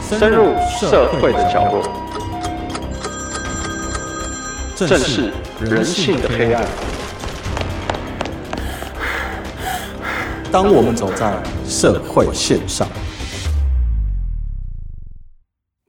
深入社会的角落，正视人性的黑暗。当我们走在社会线上，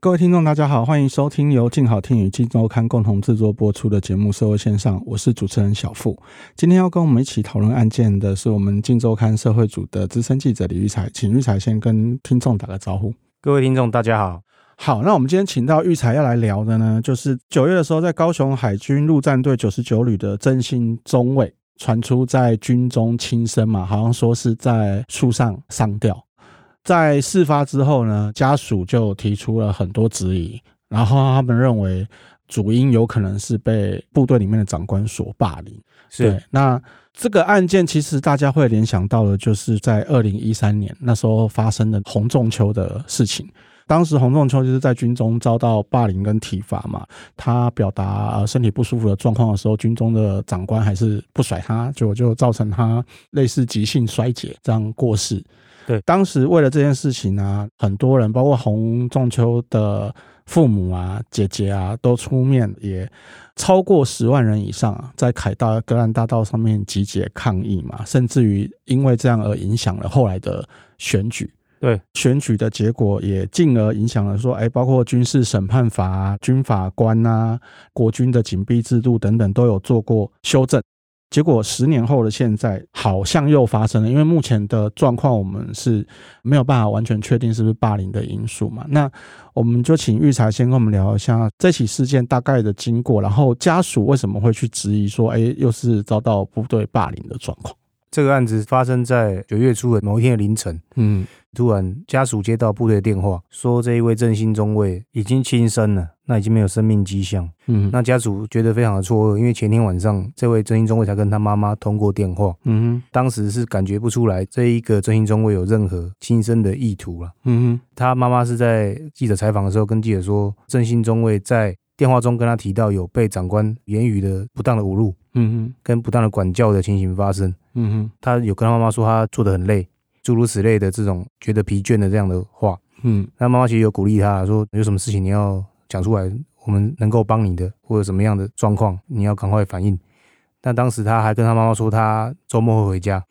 各位听众，大家好，欢迎收听由静好听与静周刊共同制作播出的节目《社会线上》，我是主持人小付。今天要跟我们一起讨论案件的是我们静周刊社会组的资深记者李玉才，请玉才先跟听众打个招呼。各位听众，大家好。好，那我们今天请到育才要来聊的呢，就是九月的时候，在高雄海军陆战队九十九旅的郑姓中尉传出在军中轻生嘛，好像说是在树上上吊。在事发之后呢，家属就提出了很多质疑，然后他们认为主因有可能是被部队里面的长官所霸凌。对，那这个案件其实大家会联想到的，就是在二零一三年那时候发生的洪仲秋的事情。当时洪仲秋就是在军中遭到霸凌跟体罚嘛，他表达、呃身体不舒服的状况的时候，军中的长官还是不甩他，结果就造成他类似急性衰竭这样过世。对当时为了这件事情呢、很多人包括洪仲秋的父母啊、姐姐啊都出面，也超过十万人以上、啊、在凯道格兰大道上面集结抗议嘛，甚至于因为这样而影响了后来的选举。对选举的结果，也进而影响了说，哎，包括军事审判法、啊、军法官啊、国军的紧闭制度等等，都有做过修正。结果十年后的现在，好像又发生了，因为目前的状况我们是没有办法完全确定是不是霸凌的因素嘛。那我们就请玉才先跟我们聊一下这起事件大概的经过，然后家属为什么会去质疑说，哎，又是遭到部队霸凌的状况？这个案子发生在九月初的某一天的凌晨，嗯，突然家属接到部队的电话，说这一位振兴中尉已经轻生了，那已经没有生命迹象。嗯那家属觉得非常的错愕，因为前天晚上这位振兴中尉才跟他妈妈通过电话，嗯当时是感觉不出来这一个振兴中尉有任何轻生的意图了。哼嗯他妈妈是在记者采访的时候跟记者说，振兴中尉在电话中跟他提到有被长官言语的不当的侮辱哼嗯跟不当的管教的情形发生。哼嗯哼他有跟他妈妈说他做的很累，诸如此类的这种觉得疲倦的这样的话。嗯那妈妈其实有鼓励他说，有什么事情你要讲出来，我们能够帮你的，或者什么样的状况，你要赶快反应。但当时他还跟他妈妈说他周末会回家，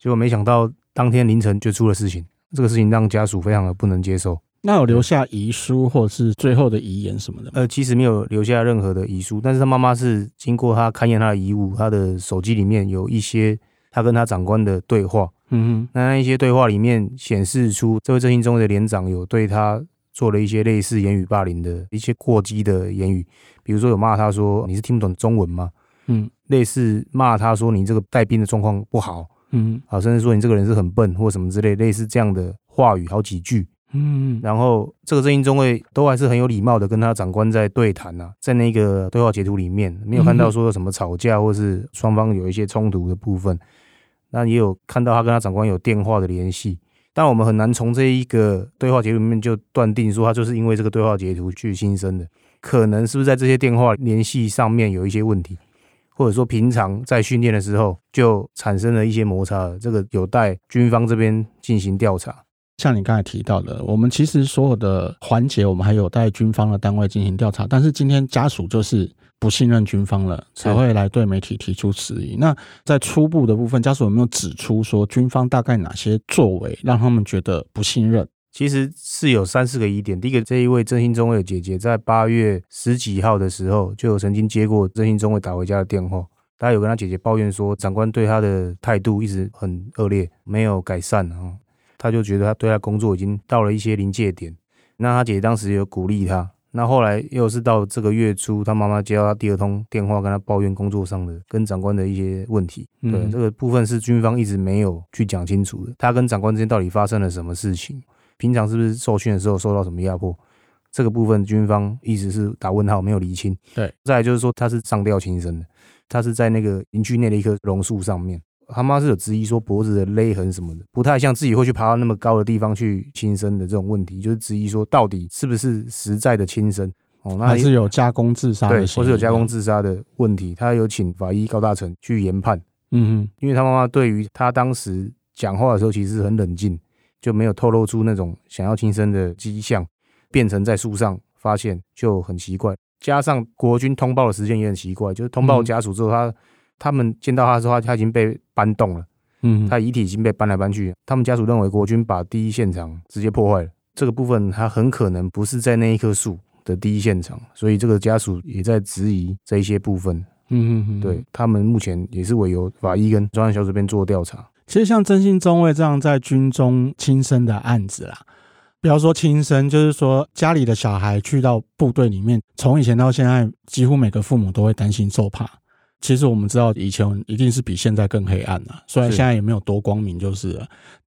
结果没想到当天凌晨就出了事情。这个事情让家属非常的不能接受。那有留下遗书或者是最后的遗言什么的吗？呃，其实没有留下任何的遗书，但是他妈妈是经过他勘验他的遗物，他的手机里面有一些他跟他长官的对话，嗯那一些对话里面显示出，这位振兴中尉的连长有对他做了一些类似言语霸凌的一些过激的言语，比如说有骂他说你是听不懂中文吗？哼嗯类似骂他说你这个带兵的状况不好嗯啊，甚至说你这个人是很笨或什么之类，类似这样的话语好几句。嗯然后这个振兴中尉都还是很有礼貌的跟他长官在对谈啊，在那个对话截图里面没有看到说有什么吵架或是双方有一些冲突的部分，那也有看到他跟他长官有电话的联系，但我们很难从这一个对话截图里面就断定说他就是因为这个对话截图去新生的，可能是不是在这些电话联系上面有一些问题，或者说平常在训练的时候就产生了一些摩擦了，这个有待军方这边进行调查。像你刚才提到的，我们其实所有的环节，我们还有待军方的单位进行调查。但是今天家属就是不信任军方了，是才会来对媒体提出质疑。那在初步的部分，家属有没有指出说军方大概哪些作为让他们觉得不信任？其实是有三四个疑点。第一个，这一位真心中尉的姐姐在八月十几号的时候，就有曾经接过真心中尉打回家的电话，她有跟她姐姐抱怨说，长官对她的态度一直很恶劣，没有改善啊、哦。她就觉得她对她工作已经到了一些临界点。那她姐姐当时有鼓励她。那后来又是到这个月初，她妈妈接到她第二通电话，跟她抱怨工作上的跟长官的一些问题。对，嗯这个部分是军方一直没有去讲清楚的，她跟长官之间到底发生了什么事情。平常是不是受训的时候受到什么压迫？这个部分军方一直是打问号，没有厘清。对，再来就是说他是上吊轻生的，他是在那个营区内的一棵榕树上面。他妈是有质疑说脖子的勒痕什么的，不太像自己会去爬到那么高的地方去轻生的这种问题，就是质疑说到底是不是实在的轻生哦？那还是有加工自杀对的，嫌疑？啊或是有加工自杀的问题？他有请法医高大成去研判。嗯因为他妈妈对于他当时讲话的时候，其实很冷静，就没有透露出那种想要轻生的迹象。变成在树上发现，就很奇怪。加上国军通报的时间也很奇怪，就是通报家属之后，他他们见到他之后，他已经被搬动了，嗯，他遗体已经被搬来搬去。他们家属认为国军把第一现场直接破坏了，这个部分他很可能不是在那一棵树的第一现场，所以这个家属也在质疑这一些部分。嗯嗯，对他们目前也是委由法医跟专案小组这边做调查。其实像真信中尉这样在军中亲生的案子啦，不要说亲生，就是说家里的小孩去到部队里面，从以前到现在，几乎每个父母都会担心受怕。其实我们知道，以前一定是比现在更黑暗了，虽然是现在也没有多光明，就是了。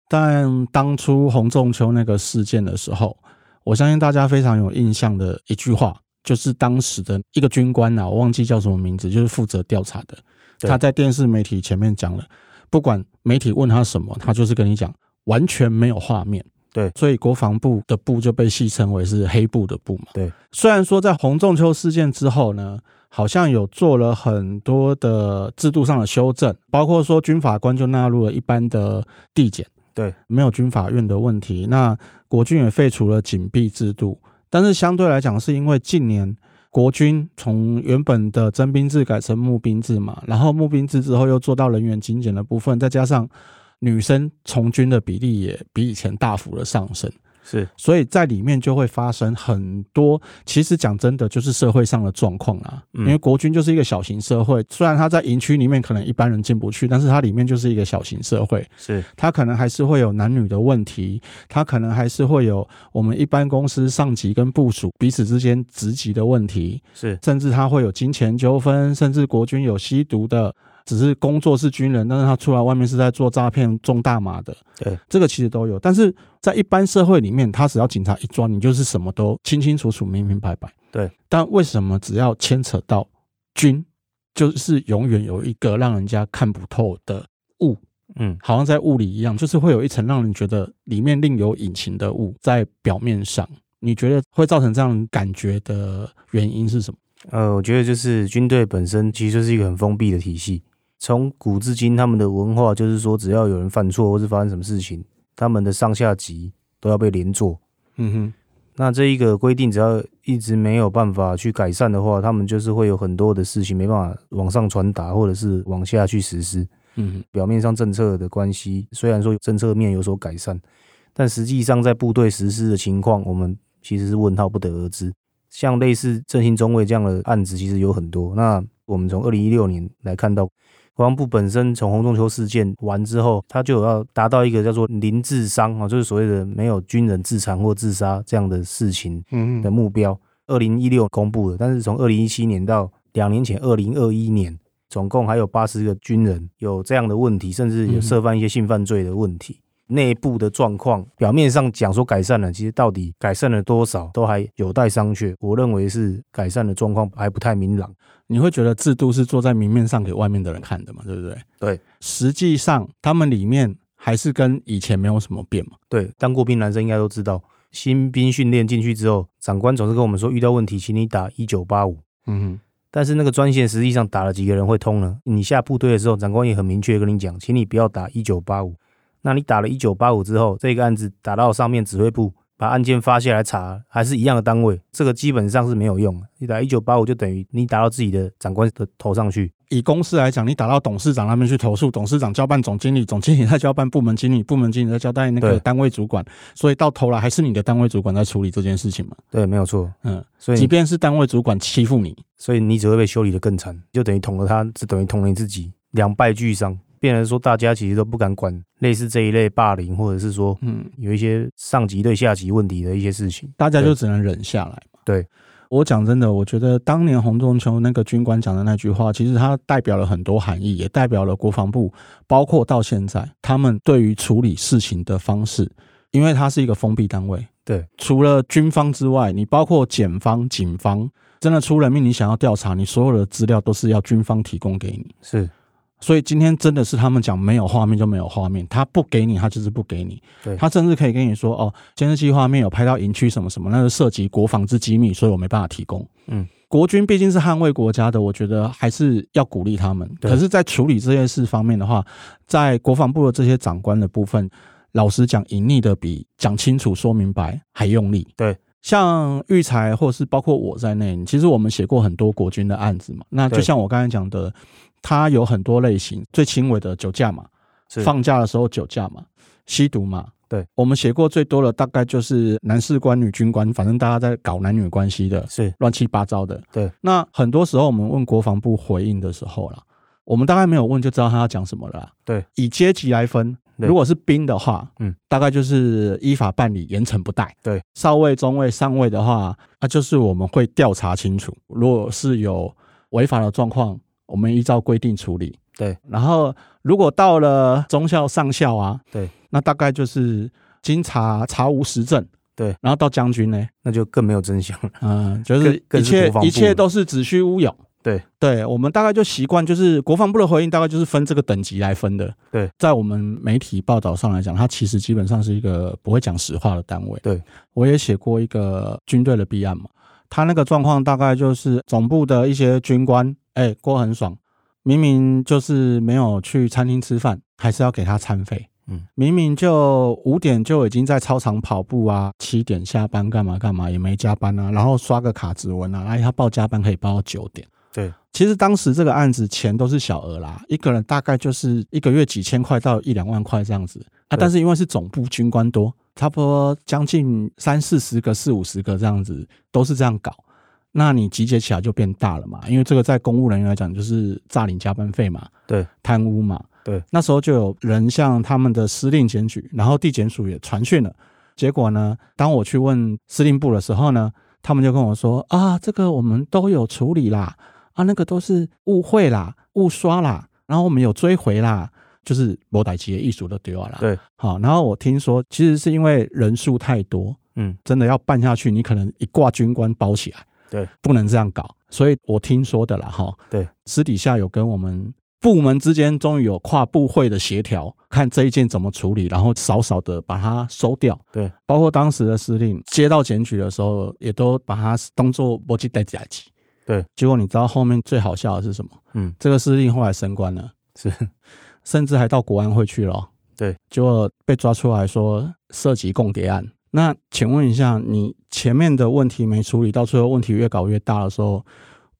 但当初洪仲秋那个事件的时候，我相信大家非常有印象的一句话，就是当时的一个军官啊，我忘记叫什么名字，就是负责调查的，对他在电视媒体前面讲了，不管媒体问他什么，他就是跟你讲完全没有画面。对所以国防部的部就被戏称为是黑部的部嘛。对，虽然说在洪仲秋事件之后呢，好像有做了很多的制度上的修正，包括说军法官就纳入了一般的地检，对，没有军法院的问题。那国军也废除了紧闭制度，但是相对来讲，是因为近年国军从原本的征兵制改成募兵制嘛，然后募兵制之后又做到人员精简的部分，再加上女生从军的比例也比以前大幅的上升。是所以在里面就会发生很多，其实讲真的就是社会上的状况啦。因嗯为国军就是一个小型社会，虽然它在营区里面可能一般人进不去，但是它里面就是一个小型社会，是，它可能还是会有男女的问题，它可能还是会有我们一般公司上级跟部署彼此之间职级的问题，是甚至它会有金钱纠纷，甚至国军有吸毒的。只是工作是军人，但是他出来外面是在做诈骗、种大麻的，对，这个其实都有，但是在一般社会里面，他只要警察一抓，你就是什么都清清楚楚、明明白白。对，但为什么只要牵扯到军，就是永远有一个让人家看不透的雾，嗯，好像在雾里一样，就是会有一层让人觉得里面另有隐情的雾在表面上。你觉得会造成这样感觉的原因是什么？呃，我觉得就是军队本身其实就是一个很封闭的体系，从古至今，他们的文化就是说，只要有人犯错或是发生什么事情，他们的上下级都要被连坐。嗯哼，那这一个规定，只要一直没有办法去改善的话，他们就是会有很多的事情没办法往上传达，或者是往下去实施。嗯哼，表面上政策的关系，虽然说政策面有所改善，但实际上在部队实施的情况，我们其实是问号不得而知。像类似振兴中尉这样的案子，其实有很多。那我们从二零一六年来看到，国防部本身从洪仲秋事件完之后，他就有要达到一个叫做零自伤啊，就是所谓的没有军人自残或自杀这样的事情嗯的目标。二零一六公布的，但是从二零一七年到两年前，二零二一年，总共还有八十个军人有这样的问题，甚至有涉犯一些性犯罪的问题。内部的状况，表面上讲说改善了，其实到底改善了多少，都还有待商榷。我认为是改善的状况还不太明朗。你会觉得制度是做在明面上给外面的人看的嘛，对不对？对，实际上他们里面还是跟以前没有什么变嘛。对，当过兵男生应该都知道，新兵训练进去之后，长官总是跟我们说，遇到问题请你打一九八五。嗯但是那个专线实际上打了几个人会通呢？你下部队的时候，长官也很明确地跟你讲，请你不要打一九八五。那你打了一九八五之后，这个案子打到上面指挥部，把案件发下来查，还是一样的单位，这个基本上是没有用的。你打一九八五就等于你打到自己的长官的头上去，以公司来讲，你打到董事长那边去投诉，董事长交办总经理，总经理再交办部门经理，部门经理再交代那个对单位主管，所以到头来还是你的单位主管在处理这件事情嘛。对，没有错。嗯，所以即你便是单位主管欺负你，所以你只会被修理的更惨，就等于捅了他，只等于捅了你自己，两败俱伤。变成说大家其实都不敢管类似这一类霸凌，或者是说嗯，有一些上级对下级问题的一些事情。大家就只能忍下来嘛。对，我讲真的，我觉得当年洪仲秋那个军官讲的那句话，其实它代表了很多含义，也代表了国防部，包括到现在他们对于处理事情的方式，因为它是一个封闭单位。对，除了军方之外，你包括检方、警方，真的出人命，你想要调查，你所有的资料都是要军方提供给你。是所以今天真的是他们讲没有画面就没有画面，他不给你，他就是不给你对。他甚至可以跟你说，哦，监视器画面有拍到营区什么什么，那是涉及国防之机密，所以我没办法提供。嗯，国军毕竟是捍卫国家的，我觉得还是要鼓励他们。对可是，在处理这件事方面的话，在国防部的这些长官的部分，老实讲，隐匿的比讲清楚、说明白还用力。对。像育才或是包括我在内，其实我们写过很多国军的案子嘛。那就对像我刚才讲的，它有很多类型，最轻微的酒驾嘛，是放假的时候酒驾嘛，吸毒嘛。对，我们写过最多的大概就是男士官、女军官，反正大家在搞男女关系的，是乱七八糟的。对，那很多时候我们问国防部回应的时候啦，我们大概没有问就知道他要讲什么了啦。对，以阶级来分，对如果是兵的话，嗯，大概就是依法办理，严惩不贷。对，少尉、中尉、上尉的话，那、就是我们会调查清楚，如果是有违法的状况，我们依照规定处理。对，然后如果到了中校、上校啊，对，那大概就是经查查无实证。对，然后到将军呢，那就更没有真相了。嗯，就是更一更是切国防部一切了都是子虚乌有。对，对我们大概就习惯，就是国防部的回应大概就是分这个等级来分的。对，在我们媒体报道上来讲，它其实基本上是一个不会讲实话的单位。对，我也写过一个军队的弊案嘛，他那个状况大概就是总部的一些军官，哎，郭很爽，明明就是没有去餐厅吃饭，还是要给他餐费。嗯，明明就五点就已经在操场跑步啊，七点下班干嘛干嘛也没加班啊，然后刷个卡指纹啊，哎，他报加班可以报到九点。对，其实当时这个案子钱都是小额啦，一个人大概就是一个月几千块到一两万块这样子啊。对但是因为是总部军官多，差不多将近三四十个、四五十个这样子，都是这样搞。那你集结起来就变大了嘛，因为这个在公务人员来讲就是诈领加班费嘛，对，贪污嘛，对。那时候就有人向他们的司令检举，然后地检署也传讯了。结果呢，当我去问司令部的时候呢，他们就跟我说啊，这个我们都有处理啦，啊，那个都是误会啦、误刷啦，然后我们有追回啦，就是某歹企业艺术都丢了啦。对，好，然后我听说其实是因为人数太多，嗯，真的要办下去，你可能一挂军官包起来，对，不能这样搞。所以我听说的啦，哈，对，私底下有跟我们部门之间终于有跨部会的协调，看这一件怎么处理，然后少少的把它收掉。对，包括当时的司令接到检举的时候，也都把它当做搏击代假期。对，结果你知道后面最好笑的是什么？嗯，这个司令后来升官了，是，甚至还到国安会去了哦、对，结果被抓出来说涉及共谍案。那请问一下，你前面的问题没处理，到最后问题越搞越大的时候，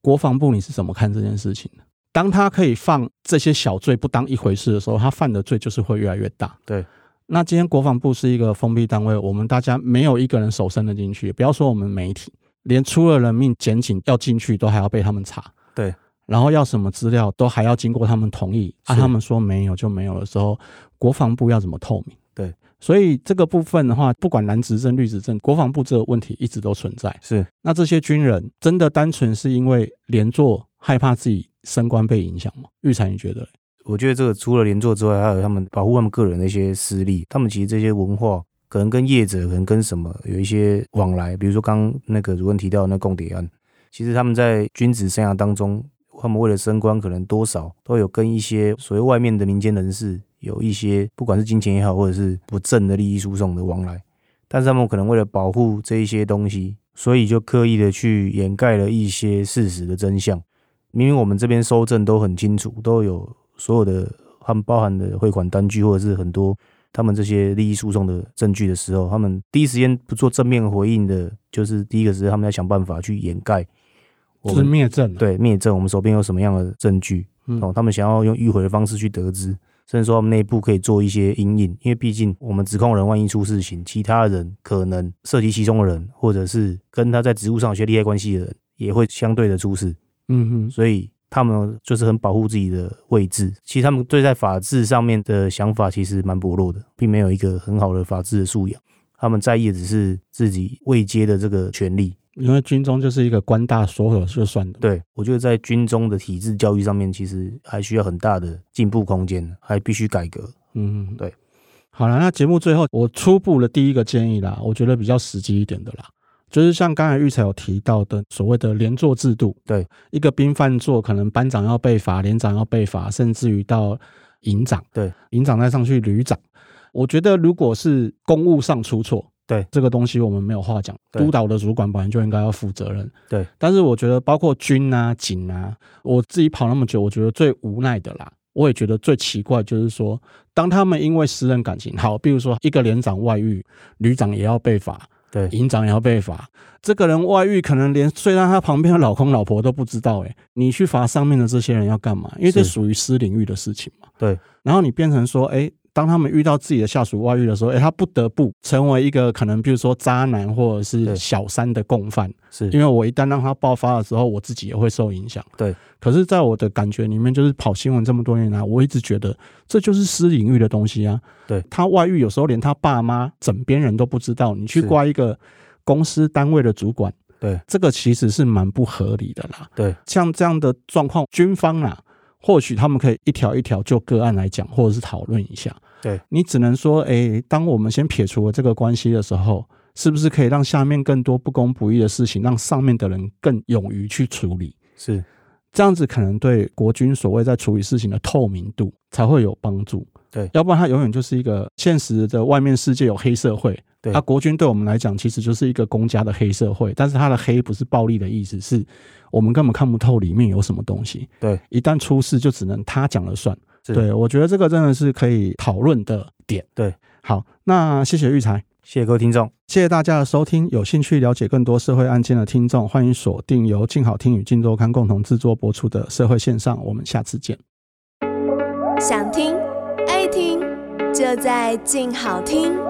国防部你是怎么看这件事情的？当他可以放这些小罪不当一回事的时候，他犯的罪就是会越来越大。对，那今天国防部是一个封闭单位，我们大家没有一个人手伸得进去，不要说我们媒体，连出了人命检警要进去都还要被他们查。对，然后要什么资料都还要经过他们同意，啊，是他们说没有就没有的时候，国防部要怎么透明？对，所以这个部分的话，不管蓝执政、绿执政，国防部这个问题一直都存在。是那这些军人真的单纯是因为连坐害怕自己升官被影响吗？玉才，你觉得嘞？我觉得这个除了连坐之外，还有他们保护他们个人的一些私利，他们其实这些文化可能跟业者，可能跟什么有一些往来，比如说刚刚那个主任提到的那共谍案，其实他们在军职生涯当中，他们为了升官，可能多少都有跟一些所谓外面的民间人士有一些，不管是金钱也好，或者是不正的利益输送的往来，但是他们可能为了保护这一些东西，所以就刻意的去掩盖了一些事实的真相。明明我们这边收证都很清楚，都有所有的他们包含的汇款单据，或者是很多他们这些利益诉讼的证据的时候，他们第一时间不做正面回应的，就是第一个是他们要想办法去掩盖我就是们灭证、啊。，对灭证，我们手边有什么样的证据嗯哦，他们想要用迂回的方式去得知，甚至说他们内部可以做一些阴影，因为毕竟我们指控人万一出事情，其他人可能涉及其中的人，或者是跟他在职务上有些利害关系的人，也会相对的出事。嗯哼，所以他们就是很保护自己的位置。其实他们对在法治上面的想法其实蛮薄弱的，并没有一个很好的法治的素养。他们在意的只是自己未接的这个权利。因为军中就是一个官大说了就算的。对我觉得在军中的体制教育上面，其实还需要很大的进步空间，还必须改革。嗯，对。好了，那节目最后我初步的第一个建议啦，我觉得比较实际一点的啦，就是像刚才玉才有提到的所谓的连坐制度，对，一个兵犯坐可能班长要被罚，连长要被罚，甚至于到营长，对，营长再上去旅长。我觉得如果是公务上出错，对这个东西我们没有话讲，对督导的主管本来就应该要负责任。对，但是我觉得包括军啊、警啊，我自己跑那么久，我觉得最无奈的啦，我也觉得最奇怪就是说，当他们因为私人感情，好，比如说一个连长外遇，旅长也要被罚，对，营长也要被罚。这个人外遇，可能连睡在他旁边的老公老婆都不知道、欸。哎，你去罚上面的这些人要干嘛？因为这是属于私领域的事情嘛。对。然后你变成说，哎、当他们遇到自己的下属外遇的时候，哎、他不得不成为一个可能，比如说渣男或者是对小三的共犯。是因为我一旦让他爆发的时候，我自己也会受影响。对。可是，在我的感觉里面，就是跑新闻这么多年来，我一直觉得这就是私领域的东西啊。对他外遇有时候连他爸妈、枕边人都不知道，你去是怪一个公司单位的主管，对这个其实是蛮不合理的啦。对像这样的状况，军方啊，或许他们可以一条一条就个案来讲，或者是讨论一下。对你只能说，诶、当我们先撇除了这个关系的时候，是不是可以让下面更多不公不义的事情，让上面的人更勇于去处理？是这样子可能对国军所谓在处理事情的透明度才会有帮助。对要不然它永远就是一个现实的外面世界有黑社会。对啊，国军对我们来讲其实就是一个公家的黑社会，但是它的黑不是暴力的意思，是我们根本看不透里面有什么东西。对，一旦出事就只能他讲了算。是对，我觉得这个真的是可以讨论的点。对，好，那谢谢玉才。谢谢各位听众，谢谢大家的收听。有兴趣了解更多社会案件的听众，欢迎锁定由静好听与静周刊共同制作播出的《社会线上》。我们下次见。想听爱听，就在静好听。